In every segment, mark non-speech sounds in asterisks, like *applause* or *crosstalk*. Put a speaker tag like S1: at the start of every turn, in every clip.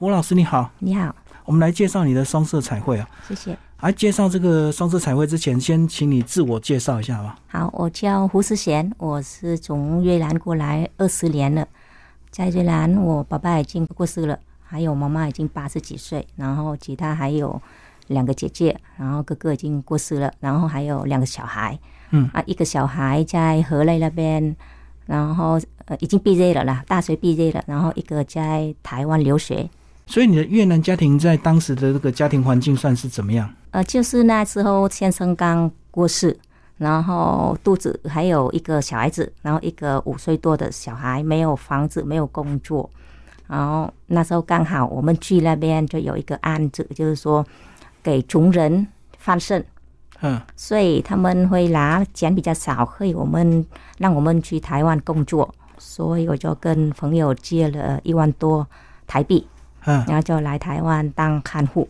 S1: 吴老师你好，
S2: 你好，
S1: 我们来介绍你的双色彩绘啊。
S2: 谢谢。
S1: 来介绍这个双色彩绘之前，先请你自我介绍一下吧。
S2: 好，我叫胡世贤，我是从越南过来二十年了，在越南我爸爸已经过世了，还有妈妈已经八十几岁，然后其他还有两个姐姐，然后哥哥已经过世了，然后还有两个小孩，
S1: 嗯
S2: 啊，一个小孩在河内那边，然后呃已经毕业了啦，大学毕业了，然后一个在台湾留学，
S1: 所以你的越南家庭在当时的这个家庭环境算是怎么样？
S2: 呃，就是那时候先生刚过世，然后肚子还有一个小孩子，然后一个五岁多的小孩，没有房子，没有工作。然后那时候刚好我们去那边就有一个案子，就是说给穷人翻身，
S1: 嗯，
S2: 所以他们会拿钱比较少，可以我们让我们去台湾工作。所以我就跟朋友借了一万多台币，
S1: 嗯，
S2: 然后就来台湾当看护。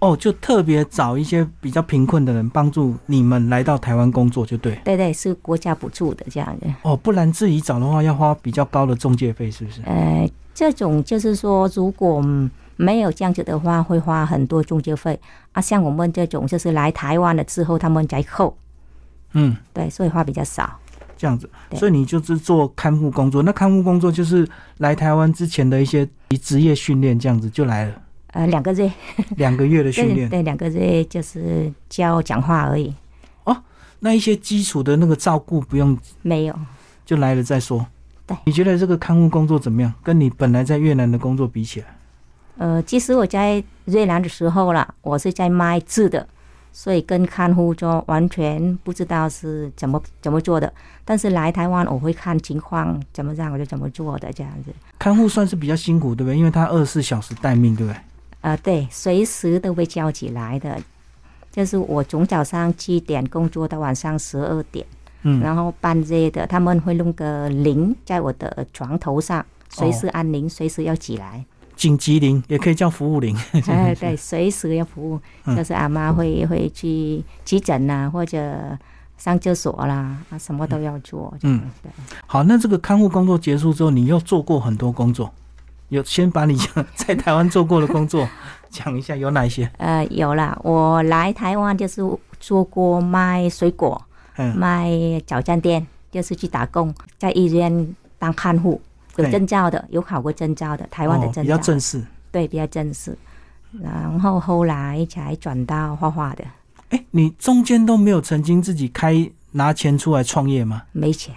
S1: 哦，就特别找一些比较贫困的人帮助你们来到台湾工作，就对。
S2: 对对，是国家补助的这样的。
S1: 哦，不然自己找的话要花比较高的中介费，是不是？
S2: 呃，这种就是说，如果嗯没有这样子的话，会花很多中介费啊。像我们这种，就是来台湾了之后，他们才扣，
S1: 嗯，
S2: 对，所以花比较少。
S1: 这样子，
S2: 对
S1: 所以你就是做看护工作。那看护工作就是来台湾之前的一些职业训练，这样子就来了
S2: 呃，两个月，
S1: 两个月的训
S2: 对
S1: 练。
S2: 对，两个月就是教讲话而已，
S1: 那一些基础的那个照顾不用，
S2: 没有。
S1: 就来了再说。
S2: 对
S1: 你觉得这个看护工作怎么样？跟你本来在越南的工作比起来，
S2: 呃，其实我在越南的时候啦，我是在卖字的，所以跟看护就完全不知道是怎么怎么做的。但是来台湾，我会看情况怎么样，我就怎么做的这样子。
S1: 看护算是比较辛苦，对不对？因为他二十四小时待命，对不对？
S2: 啊，对，随时都被叫起来的。就是我从早上七点工作到晚上十二点，
S1: 嗯，
S2: 然后半夜的他们会弄个铃在我的床头
S1: 哦
S2: 上，随时按铃，随时要
S1: *laughs*
S2: 起来。
S1: 紧急铃也可以叫服务铃。
S2: 哎，对，随时要服务，
S1: 嗯
S2: 就是阿妈会会去急诊呐，或者上厕所啦，啊，什么都要做。
S1: 嗯
S2: 嗯，对。
S1: 好，那这个看护工作结束之后，你又做过很多工作，有先把你讲在台湾做过的工作讲一下有哪一些？
S2: 呃，有啦，我来台湾就是做过卖水果，
S1: 嗯，
S2: 卖早餐店，就是去打工，在医院当看护，有
S1: 对
S2: 证照的，有考过证照的，台湾的
S1: 哦
S2: 证
S1: 比
S2: 照，
S1: 较正式。
S2: 对，比较正式。然后后来才转到画画的，
S1: 哎，你中间都没有曾经自己开拿钱出来创业吗？*laughs*
S2: 没钱，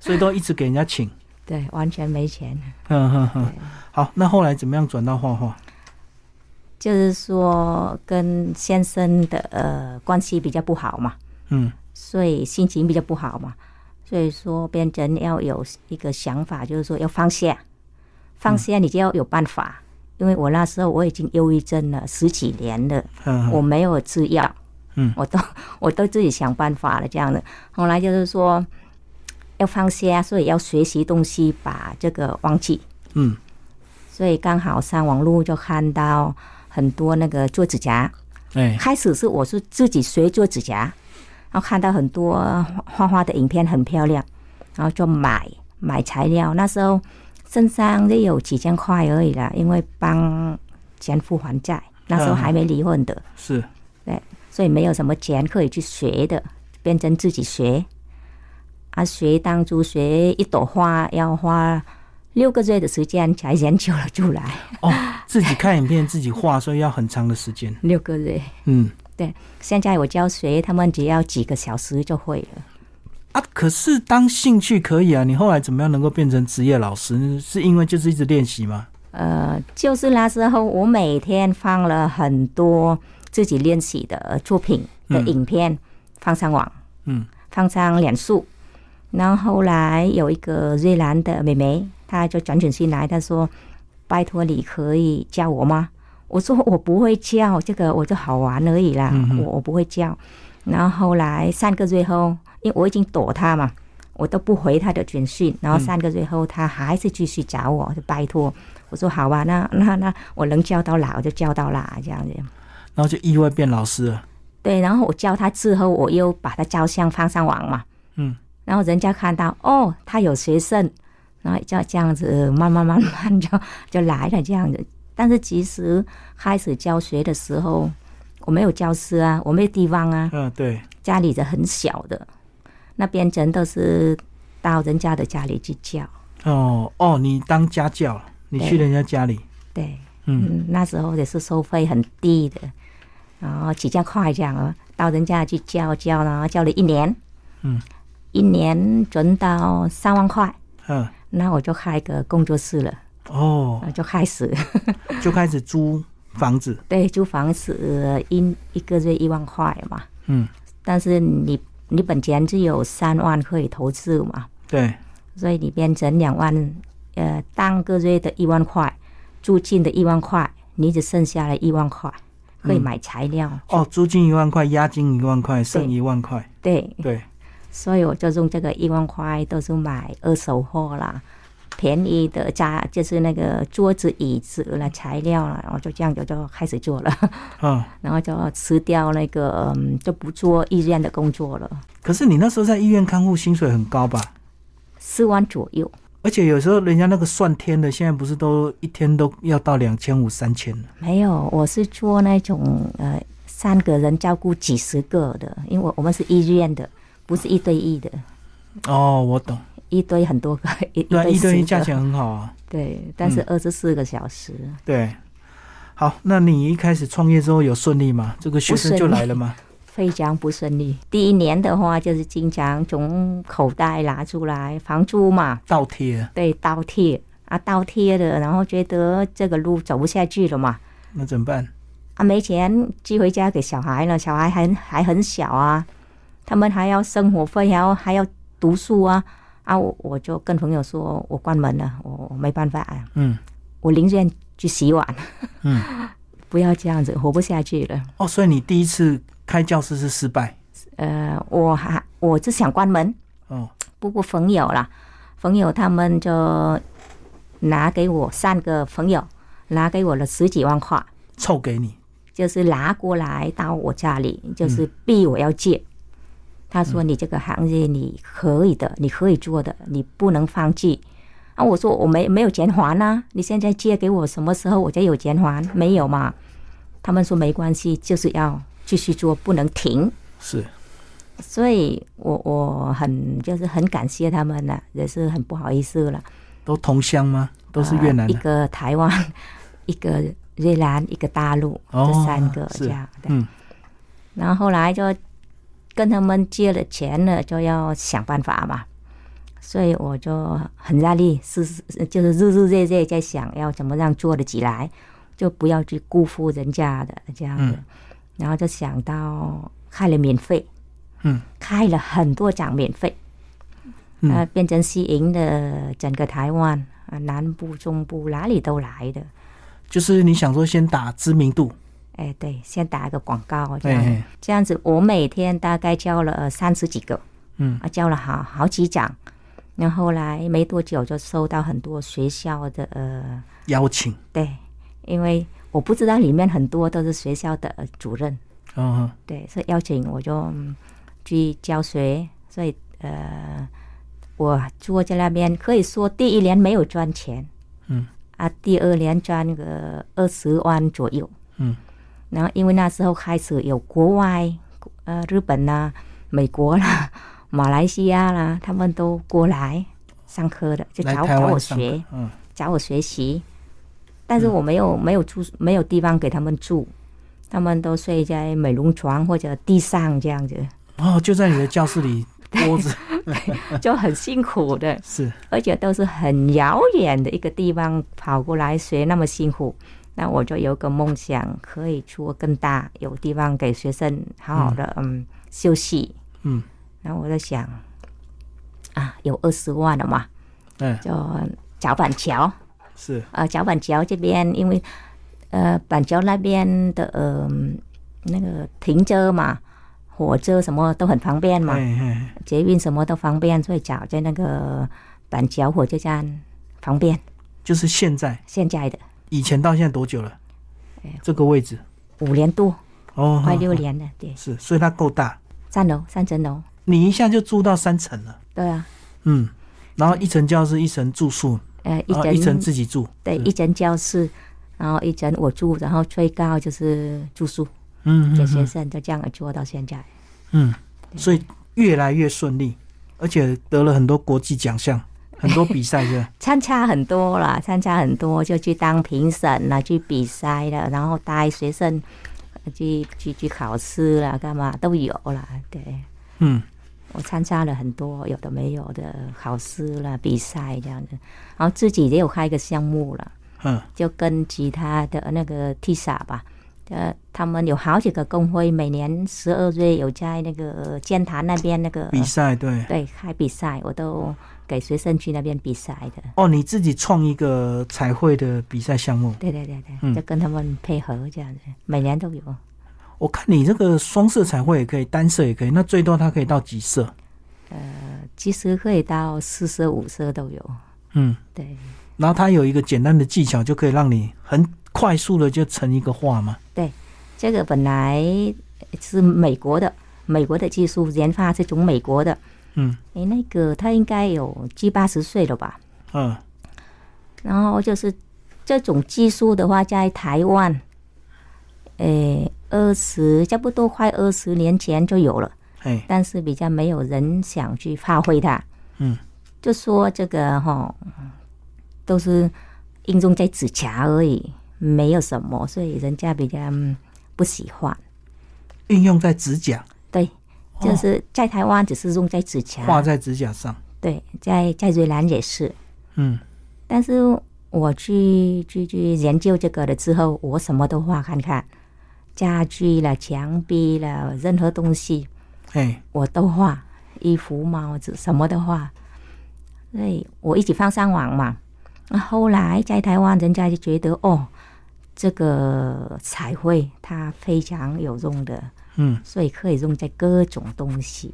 S1: 所以都一直给人家请。
S2: 对，完全没钱。
S1: 嗯哼哼，好，那后来怎么样转到画画？
S2: 就是说跟先生的呃关系比较不好嘛，
S1: 嗯，
S2: 所以心情比较不好嘛，所以说变成要有一个想法，就是说要放下，放
S1: 嗯
S2: 下你就要有办法。因为我那时候我已经忧郁症了十几年了，
S1: 嗯
S2: 我没有吃药，
S1: 嗯
S2: 我都 *laughs* 我都自己想办法了这样的。后来就是说要放下，所以要学习东西，把这个忘记。
S1: 嗯，
S2: 所以刚好上网络就看到很多那个做指甲，
S1: 哎，
S2: 开始是我是自己学做指甲，然后看到很多画画的影片很漂亮，然后就买买材料。那时候身上就有几千块而已啦，因为帮前夫还债，那时候还没离婚的。
S1: 是，
S2: 所以没有什么钱可以去学的，变成自己学。啊，学当初学一朵花要花六个月的时间才研究了出来，
S1: 哦，自己看影片，自己画，所以要很长的时间。
S2: 六个月。
S1: 嗯，
S2: 现在我教学，他们只要几个小时就会了。
S1: 啊，可是当兴趣可以啊，你后来怎么样能够变成职业老师？是因为就是一直练习吗？
S2: 呃，就是那时候我每天放了很多自己练习的作品的影片，放上网，
S1: 嗯，
S2: 放上脸书。然后后来有一个瑞兰的妹妹，她就转转进来，她说：“拜托你可以教我吗？”我说：“我不会教这个，我就好玩而已啦，
S1: 嗯哼
S2: 我我不会教。”然后后来三个月后，因为我已经躲她嘛，我都不回她的简讯。然
S1: 嗯
S2: 后三个月后，她还是继续找我，就拜托。我说好吧，那那那我能教到哪我就教到哪这样子。
S1: 然后就意外变老师了。
S2: 对，然后我教他之后，我又把他照相放上网嘛，
S1: 嗯，
S2: 然后人家看到哦，他有学生，然后就这样子慢慢慢慢就就来了这样子。但是其实开始教学的时候，我没有教室啊，我没有地方啊，
S1: 嗯，对，
S2: 家里的很小的，那边真的是到人家的家里去教。
S1: 哦哦，你当家教了，你去
S2: 对
S1: 人家家里，
S2: 对，
S1: 嗯，
S2: 嗯，那时候也是收费很低的，然后几千块这样啊，到人家去教教，然后教了一年，
S1: 嗯，
S2: 一年存到三万块，
S1: 嗯，
S2: 那我就开个工作室了，
S1: 哦，
S2: 呃就开始 *laughs*
S1: 就开始租房子，
S2: 对租房子一一个月一万块嘛，
S1: 嗯，
S2: 但是你你本钱只有三万可以投资嘛，
S1: 对，
S2: 所以你变成两万，呃，当个月的一万块，租金的一万块，你只剩下了一万块可
S1: 嗯
S2: 以买材料，
S1: 哦，租金一万块，押金一万块，剩
S2: 对
S1: 一万块，
S2: 对。
S1: 对，
S2: 所以我就用这个一万块都是买二手货啦，便宜的家就是那个桌子、椅子啦、材料啦，然后就这样就就开始做了， *laughs*
S1: 嗯，
S2: 然后就辞掉那个嗯就不做医院的工作了，
S1: 可是你那时候在医院看护，薪水很高吧？
S2: 四万左右。
S1: 而且有时候人家那个算天的，现在不是都一天都要到两千五、三千了？
S2: 没有，我是做那种呃三个人照顾几十个的，因为我我们是医院的，不是一对一的，
S1: 哦，我懂，
S2: 一对很多个，一
S1: 对啊，一对一
S2: 十
S1: 价
S2: 个
S1: 钱很好啊。
S2: 对，但是二十四个小时。
S1: 对，好，那你一开始创业之后有顺利吗？这个学生就来了吗？
S2: 非常不顺利。第一年的话，就是经常从口袋拿出来房租嘛，
S1: 倒贴，
S2: 对，倒贴啊，倒贴的，然后觉得这个路走不下去了嘛，
S1: 那怎么办？
S2: 啊，没钱寄回家给小孩了，小孩还还很小啊，他们还要生活费，还要还要读书啊，啊，我我就跟朋友说，我关门了，我我没办法啊，
S1: 嗯，
S2: 我宁愿去洗碗，
S1: 嗯，
S2: *laughs* 不要这样子，活不下去了。
S1: 哦，所以你第一次开教室是失败
S2: 呃，我还我就想关门，
S1: 哦，
S2: 不过朋友啦，朋友他们就拿给我三个朋友拿给我了十几万块，
S1: 凑给你，
S2: 就是拿过来到我家里，就是逼我要借。他说：“你这个行业你可以的，你可以做的，你不能放弃。”啊，我说我没没有钱还啊，你现在借给我，什么时候我才有钱还？没有嘛？他们说没关系，就是要继续做，不能停。
S1: 是
S2: 所以我我很就是很感谢他们了、也是很不好意思了。
S1: 都同乡吗？都是越南
S2: 呃一
S1: 的、
S2: 个台湾， *laughs* 一个越南，一个大陆，
S1: 哦
S2: 这三个
S1: 是
S2: 这样的。
S1: 嗯
S2: 然后后来就跟他们借了钱了，就要想办法嘛。所以我就很压力，是就是日日夜夜在想要怎么样做得起来，就不要去辜负人家的这样子。
S1: 嗯
S2: 然后就想到开了免费，
S1: 嗯，
S2: 开了很多场免费，
S1: 嗯
S2: 呃，变成西营的整个台湾啊，南部、中部哪里都来的。
S1: 就是你想说先打知名度，
S2: 哎，对，先打个广告这
S1: 哎、
S2: 样子。
S1: 嘿
S2: 这样子，我每天大概教了呃三十几个，
S1: 嗯
S2: 啊，教了好好几讲。然后后来没多久就收到很多学校的呃，
S1: 邀请，
S2: 对，因为我不知道里面很多都是学校的呃主任，
S1: 哦，
S2: 对，所以邀请我就、嗯去教学，所以呃，我坐在那边可以说第一年没有赚钱，
S1: 嗯，
S2: 啊，第二年赚个二十万左右，
S1: 嗯，
S2: 然后因为那时候开始有国外，呃，日本啦、美国啦、 *laughs* 马来西亚啦，他们都过来上课的，就
S1: 来
S2: 找
S1: 台
S2: 找我
S1: 湾上
S2: 学
S1: 课，，嗯，
S2: 找我学习，但是我没有没有住没有地方给他们住，他们都睡在美容床或者地上这样子， *laughs*
S1: 哦，就在你的教室里，桌子
S2: 就很辛苦的，
S1: 是，
S2: 而且都是很遥远的一个地方跑过来学那么辛苦。那我就有个梦想，可以做更大，有地方给学生好好的嗯休息。
S1: 嗯，
S2: 然后我在想，啊，有二十万了嘛，
S1: 嗯，
S2: 就找板桥。
S1: 是，
S2: 呃，脚板桥这边，因为呃板桥那边的呃那个停车嘛，火车什么都很方便嘛，
S1: 哎哎，
S2: 捷运什么都方便，所以找在那个板桥火车站旁边。
S1: 就是现在。
S2: 现在的
S1: 以前到现在多久了
S2: 哎呀？
S1: 这个位置
S2: 五年多，
S1: 哦，
S2: 快六
S1: 哦
S2: 年了，对，
S1: 是，所以它够大，
S2: 三楼三层楼，
S1: 你一下就住到三层了。
S2: 对啊。
S1: 嗯，然后一层教室，一层住宿，
S2: 呃，一
S1: 然后
S2: 间
S1: 哦一层嗯自己住。
S2: 对
S1: 是
S2: 一间教室，然后一间我住，然后最高就是住宿
S1: 嗯
S2: 给
S1: 嗯
S2: 学
S1: 嗯
S2: 生，就这样做到现在。
S1: 嗯，所以越来越顺利，而且得了很多国际奖项，很多比赛
S2: *laughs*
S1: 的。
S2: 参加很多啦，参加很多就去当评审啦，去比赛了，然后带学生呃去去去考试啦，干嘛都有啦。对
S1: 嗯，
S2: 我参加了很多有的没有的考试啦、比赛这样的，然后自己也有开一个项目了，
S1: 嗯
S2: 就跟其他的呃那个 TISA 吧。呃，他们有好几个工会，每年十二月有在那个剑潭那边那个呃
S1: 比赛对。
S2: 对开比赛，我都给学生去那边比赛的。
S1: 哦，你自己创一个彩绘的比赛项目，
S2: 对对对对，
S1: 嗯
S2: 就跟他们配合这样子，每年都有。
S1: 我看你这个双色彩绘也可以，单色也可以，那最多它可以到几色？
S2: 呃，其实可以到四色、五色都有。
S1: 嗯，
S2: 对
S1: 然后它有一个简单的技巧，就可以让你很快速的就成一个画嘛。
S2: 对，这个本来是美国的，美国的技术研发是从美国的。
S1: 嗯
S2: 诶，那个他应该有七八十岁了吧？
S1: 嗯
S2: 然后就是这种技术的话，在台湾，诶，二十差不多快二十年前就有了。
S1: 哎
S2: 但是比较没有人想去发挥它。
S1: 嗯，
S2: 就说这个哈，都是应用在指甲而已，没有什么，所以人家比较嗯不喜欢。
S1: 运用在指甲，
S2: 对，
S1: 哦
S2: 就是在台湾只是用在指甲，
S1: 画在指甲上。
S2: 对，在在瑞兰也是。
S1: 嗯
S2: 但是我去去去研究这个了之后，我什么都画看看，家具了、墙壁了，任何东西，
S1: 哎
S2: 我都画，衣服、帽子什么都画。所以我一直放上网嘛。那后来在台湾，人家就觉得哦，这个彩绘它非常有用的，
S1: 嗯
S2: 所以可以用在各种东西。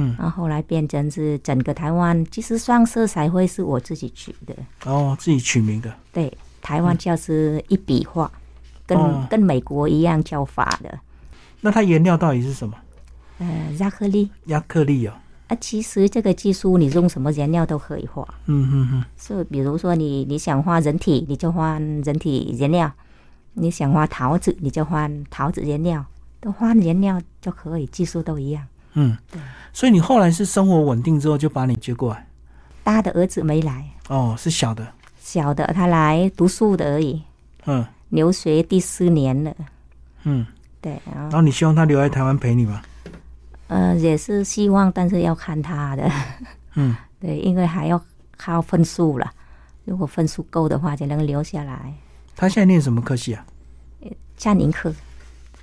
S1: 嗯，
S2: 然后后来变成是整个台湾，其实双色彩绘是我自己取的，
S1: 哦，自己取名的。
S2: 对，台湾叫是一笔画，跟、
S1: 哦
S2: 跟美国一样叫法的，
S1: 那它原料到底是什么？
S2: 呃，亚克力
S1: 亚克力哦。
S2: 啊，其实这个技术你用什么原料都可以画，
S1: 嗯嗯嗯，
S2: 是，比如说你你想画人体，你就画人体颜料；你想画桃子，你就画桃子颜料，都画颜料就可以，技术都一样。
S1: 嗯所以你后来是生活稳定之后就把你接过来。
S2: 大的儿子没来，
S1: 哦，是小的。
S2: 小的他来读书的而已，
S1: 嗯
S2: 留学第四年了。
S1: 嗯，
S2: 对，然
S1: 然
S2: 后
S1: 后你希望他留在台湾陪你吗？
S2: 呃也是希望，但是要看他的， *laughs*
S1: 嗯，
S2: 对，因为还要靠分数了。如果分数够的话，才能留下来。
S1: 他现在念什么科系啊？
S2: 占营课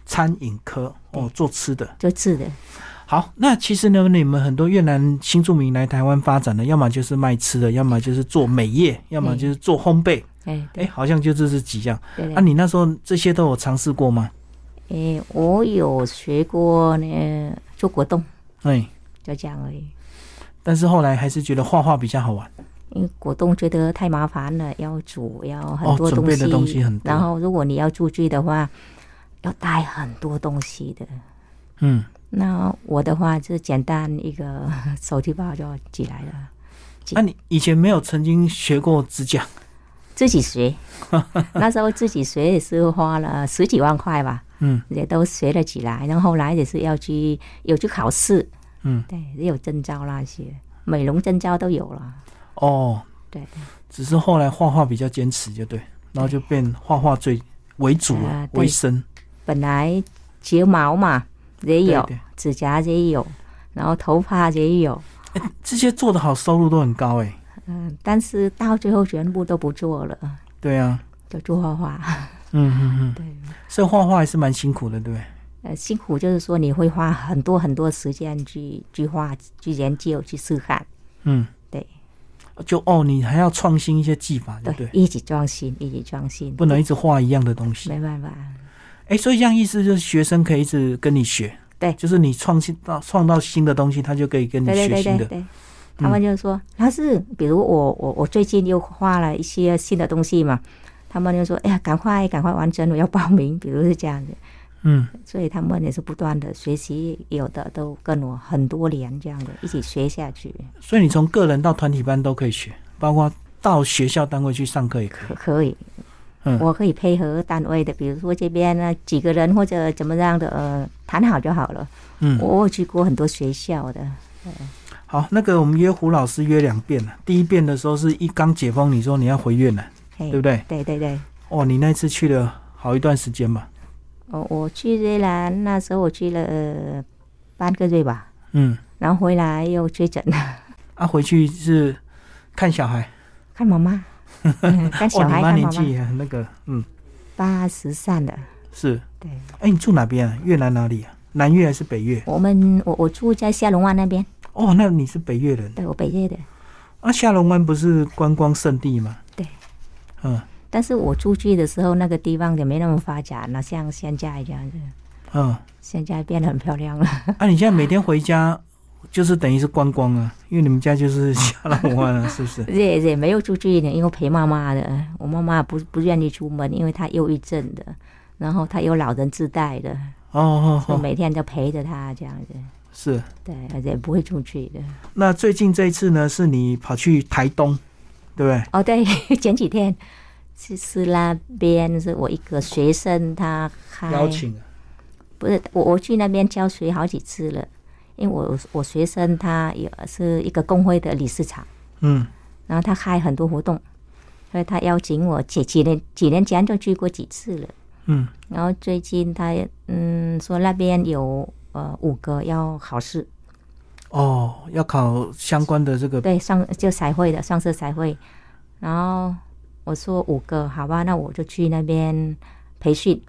S1: 餐饮科哦，做吃的。
S2: 就治的，
S1: 好，那其实呢，你们很多越南新住民来台湾发展的，要么就是卖吃的，要么就是做美业，要么就是做烘焙。
S2: 哎，
S1: 哎、
S2: 对
S1: 好像就这是几样。
S2: 对对
S1: 啊，。你那时候这些都有尝试过吗？
S2: 诶，我有学过呢，做果冻，
S1: 哎、
S2: 就这样而已。
S1: 但是后来还是觉得画画比较好玩。
S2: 因为果冻觉得太麻烦了，要煮，要很多
S1: 哦准
S2: 东
S1: 备
S2: 西，
S1: 的东西很多
S2: 然后如果你要出去的话，要带很多东西的。
S1: 嗯，
S2: 那我的话就简单一个 *laughs* 手提包就起来了，
S1: 那、啊你以前没有曾经学过指甲？
S2: 自己学。
S1: *laughs*
S2: 那时候自己学也是花了十几万块吧，
S1: 嗯，
S2: 也都学了起来。然后后来也是要去有去考试，
S1: 嗯，
S2: 对，也有证照那些，美容证照都有了。
S1: 哦，
S2: 对，
S1: 只是后来画画比较坚持，就对，然后就变画画最为主了，
S2: 啊对
S1: 为生。
S2: 本来睫毛嘛也有，
S1: 对对
S2: 指甲也有，然后头发也有，
S1: 这些做的好，收入都很高哎、
S2: 嗯，但是到最后全部都不做了，
S1: 对啊，
S2: 就做画画。 *laughs*
S1: 嗯嗯嗯，
S2: 对，
S1: 所以画画还是蛮辛苦的，对不对？
S2: 呃，辛苦就是说你会花很多很多时间去去画、去研究、去试看，
S1: 嗯，
S2: 对
S1: 就哦，你还要创新一些技法，对
S2: 对，
S1: 不对？
S2: 一直装新，一直装新，
S1: 不能一直画一样的东西。
S2: 没办法，
S1: 哎，所以这样意思就是学生可以一直跟你学，
S2: 对
S1: 就是你创新到创造新的东西，他就可以跟你
S2: 对对
S1: 学
S2: 对
S1: 新
S2: 对
S1: 的。嗯
S2: 对。他们就说，老师，比如我我我最近又画了一些新的东西嘛，他们就说，哎呀，赶快赶快完成，我要报名，比如是这样子。
S1: 嗯，
S2: 所以他们也是不断的学习，有的都跟我很多年这样的一起学下去，
S1: 所以你从个人到团体班都可以学，包括到学校单位去上课也可以。
S2: 可可以。
S1: 嗯
S2: 我可以配合单位的，比如说这边呢几个人或者怎么样的，呃，谈好就好了。
S1: 嗯，
S2: 我我去过很多学校的，
S1: 好，那个我们约胡老师约两遍了，第一遍的时候是一刚解封，你说你要回越南，
S2: 嘿
S1: 对不对？
S2: 对对对，
S1: 哦，你那次去了好一段时间吧？
S2: 我我去越南那时候我去了、呃、半个月吧，
S1: 嗯，
S2: 然后回来又确诊 *laughs* 了，
S1: 啊，回去是看小孩，
S2: 看
S1: *laughs*
S2: 妈妈，嗯看
S1: 哦，
S2: 小
S1: 你
S2: 孩
S1: 妈
S2: 看
S1: 年
S2: 妈
S1: 纪
S2: 妈，
S1: 也很那个，嗯，
S2: 八十三了。
S1: 是。
S2: 对，
S1: 哎，你住哪边啊？越南哪里啊？南越还是北越？
S2: 我们我我住在下龙湾那边，
S1: 哦，那你是北越人
S2: 对我北越的，
S1: 啊？下龙湾不是观光胜地吗？
S2: 对。
S1: 嗯
S2: 但是我出去的时候那个地方也没那么发展了，像现在这样子，
S1: 嗯，
S2: 现在变得很漂亮了。
S1: 啊，你现在每天回家就是等于是观光啊，因为你们家就是 *laughs* 下龙湾啊，是不是？
S2: 也也没有出去呢，因为陪妈妈的，我妈妈不不愿意出门，因为她忧郁症的，然后她有老人自带的，
S1: 哦哦
S2: 所以
S1: 哦，
S2: 每天就陪着她这样子，
S1: 是。
S2: 对，而且不会出去的。
S1: 那最近这一次呢，是你跑去台东，对不对？
S2: 哦，对， *laughs* 前几天是是那边是我一个学生他开，
S1: 邀请啊，
S2: 不是我我去那边教学好几次了，因为我我学生他也是一个工会的理事长，
S1: 嗯，
S2: 然后他开很多活动，所以他邀请我几几年几年前就去过几次了。
S1: 嗯，
S2: 然后最近他也嗯说那边有呃五个要考试，
S1: 哦，要考相关的这个，
S2: 对上就彩绘的上次彩绘，然后我说五个好吧，那我就去那边培训。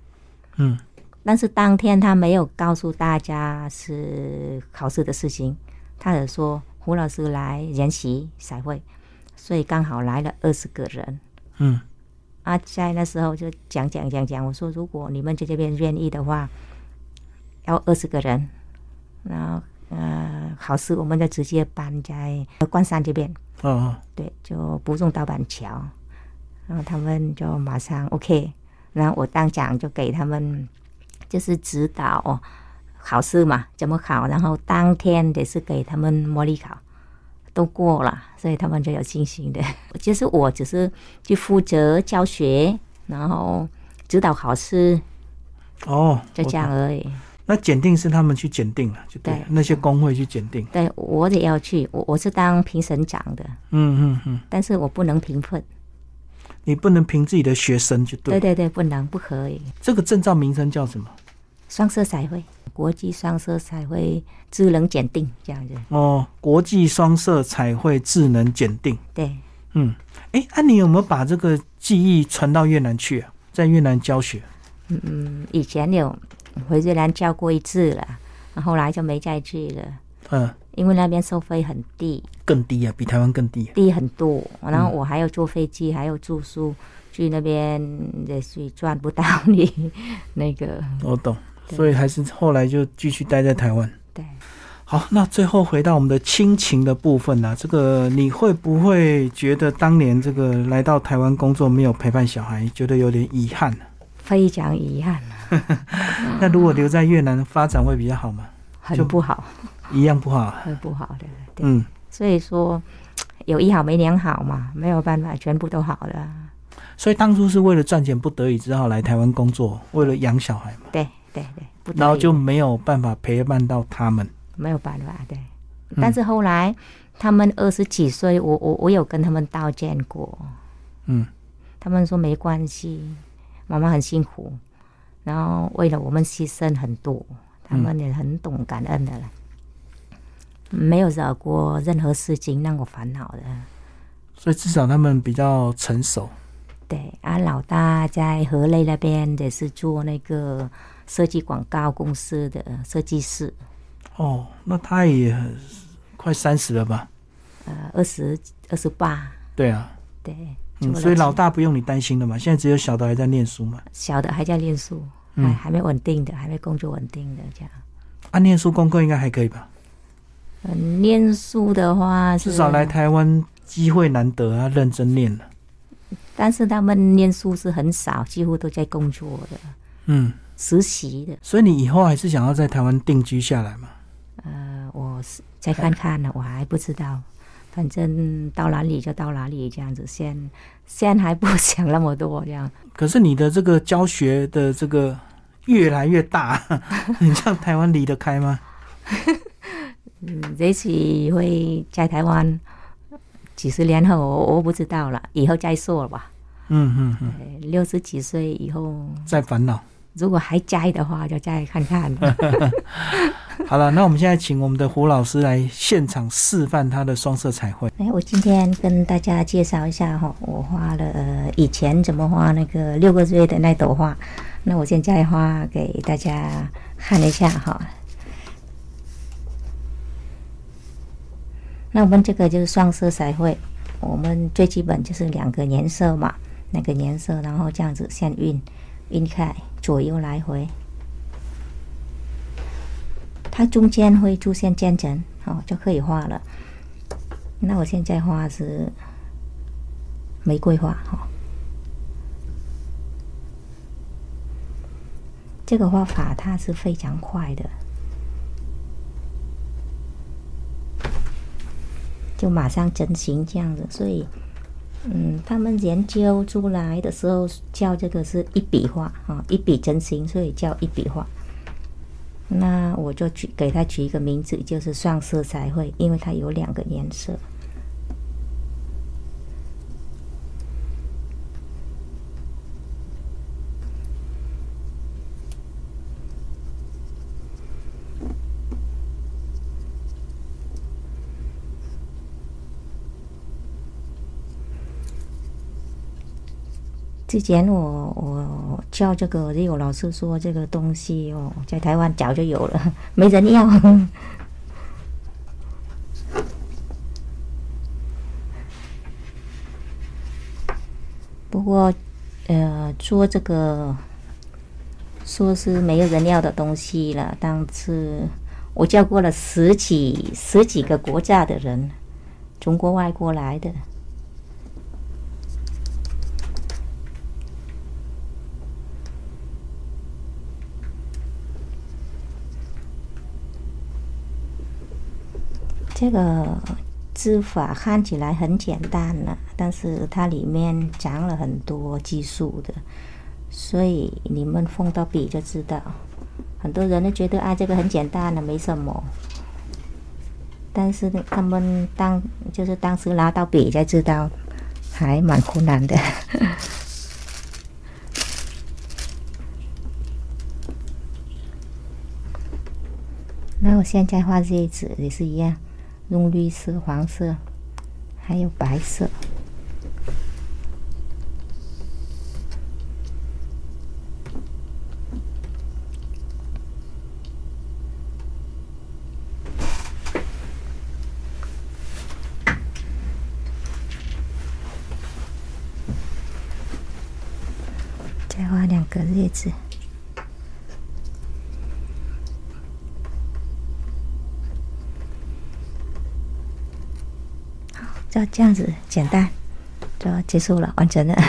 S1: 嗯，
S2: 但是当天他没有告诉大家是考试的事情，他只说胡老师来研习彩绘，所以刚好来了二十个人。
S1: 嗯，
S2: 啊，在那时候就讲讲讲讲，我说如果你们在这边愿意的话，要二十个人，然后呃，考试我们就直接搬在关山这边，
S1: 哦哦，
S2: 对，就不用到板桥，然后他们就马上 OK，然后我当场就给他们就是指导哦，考试嘛，怎么考，然后当天也是给他们模拟考，都过了，所以他们就有信心的。 *laughs* 其实我只是去负责教学，然后指导考试，
S1: 哦，
S2: 就这样
S1: 我懂。
S2: 而已。
S1: 那检定是他们去检定了，就对了，
S2: 对
S1: 那些工会去检定。
S2: 对我也要去，我我是当评审长的，
S1: 嗯嗯嗯，
S2: 但是我不能评分，
S1: 你不能凭自己的学生就对
S2: 对
S1: 了。
S2: 对对，不能不可以。
S1: 这个证照名称叫什么？
S2: 双色彩绘，国际双色彩绘智能鉴定这样子。
S1: 哦，国际双色彩绘智能检定。
S2: 对，
S1: 嗯，哎，那、你有没有把这个技艺传到越南去啊？在越南教学？
S2: 嗯，以前有回越南教过一次了，后来就没再去了，
S1: 嗯，
S2: 因为那边收费很低，
S1: 更低啊，比台湾更低、啊。
S2: 低很多。然后我还要坐飞机，还要住宿，去那边也许赚不到你那个。
S1: 我懂，
S2: 对
S1: 所以还是后来就继续待在台湾。
S2: 对，
S1: 好，那最后回到我们的亲情的部分呢、啊，这个你会不会觉得当年这个来到台湾工作没有陪伴小孩，觉得有点遗憾、啊？
S2: 非常遗憾，
S1: 那如果留在越南发展会比较好吗？就
S2: 很不好，
S1: 一样不好、啊。
S2: 很不好的。对，
S1: 嗯，
S2: 所以说有一好没两好嘛，没有办法，全部都好了。
S1: 所以当初是为了赚钱，不得已只好来台湾工作，为了养小孩嘛，
S2: 对对对，不得
S1: 然后
S2: 已
S1: 就没有办法陪伴到他们。
S2: 没有办法，对。但是后来他们二十几岁，我我我有跟他们道歉过，
S1: 嗯，
S2: 他们说没关系，妈妈很辛苦，然后为了我们牺牲很多，他们也很懂感恩的了，没有惹过任何事情让我烦恼的。
S1: 所以至少他们比较成熟。
S2: 对啊，老大在河内那边也是做那个设计广告公司的呃设计师，
S1: 哦，那他也很快三十了吧？
S2: 呃，二十二十八，
S1: 对啊，
S2: 对，
S1: 嗯，
S2: 做
S1: 所以
S2: 了
S1: 老大不用你担心了嘛。现在只有小的还在念书嘛。
S2: 小的还在念书，还、
S1: 嗯
S2: 还没稳定的，还没工作稳定的这样。
S1: 啊，念书功课应该还可以吧？
S2: 嗯，念书的话是啊
S1: 至少来，台湾机会难得啊，认真念了。
S2: 但是他们念书是很少，几乎都在工作的。
S1: 嗯，
S2: 实习的。
S1: 所以你以后还是想要在台湾定居下来吗？
S2: 呃，我是再看看啊呢，我还不知道，反正到哪里就到哪里这样子，先先还不想那么多这样。
S1: 可是你的这个教学的这个越来越大， *laughs* 你这样台湾离得开吗？
S2: 嗯，也许会在台湾几十年后，我我不知道了，以后再说吧。
S1: 嗯嗯嗯，
S2: 呃六十几岁以后，
S1: 在烦恼。
S2: 如果还在的话，就再看看。
S1: 好了，那我们现在请我们的胡老师来现场示范他的双色彩绘。
S2: 哎，我今天跟大家介绍一下哈、我画了、呃以前怎么画那个六个月的那朵花，那我现在画给大家看一下哈、那我们这个就是双色彩绘，我们最基本就是两个颜色嘛，两个颜色，然后这样子先晕晕开，左右来回。它中间会出现渐层，哦，就可以画了。那我现在画是玫瑰花哈、这个画法它是非常快的，就马上成型这样子，所以。嗯，他们研究出来的时候叫这个是一笔画啊，一笔成型，所以叫一笔画。那我就取给它取一个名字，就是上色彩绘，因为它有两个颜色。之前我我叫这个也有老师说这个东西哦，在台湾早就有了， *laughs* 没人要。不过，呃，做这个说是没有人要的东西了，但是我叫过了十几十几个国家的人，从国外过来的。这个织法看起来很简单了、但是它里面藏了很多技术的，所以你们碰到笔就知道。很多人都觉得啊，这个很简单的、没什么。但是呢他们当就是当时拿到笔才知道，还蛮困难的。那我现在画叶子也是一样，用绿色、黄色，还有白色。再画两个叶子。就这样子简单，就结束了，完成了。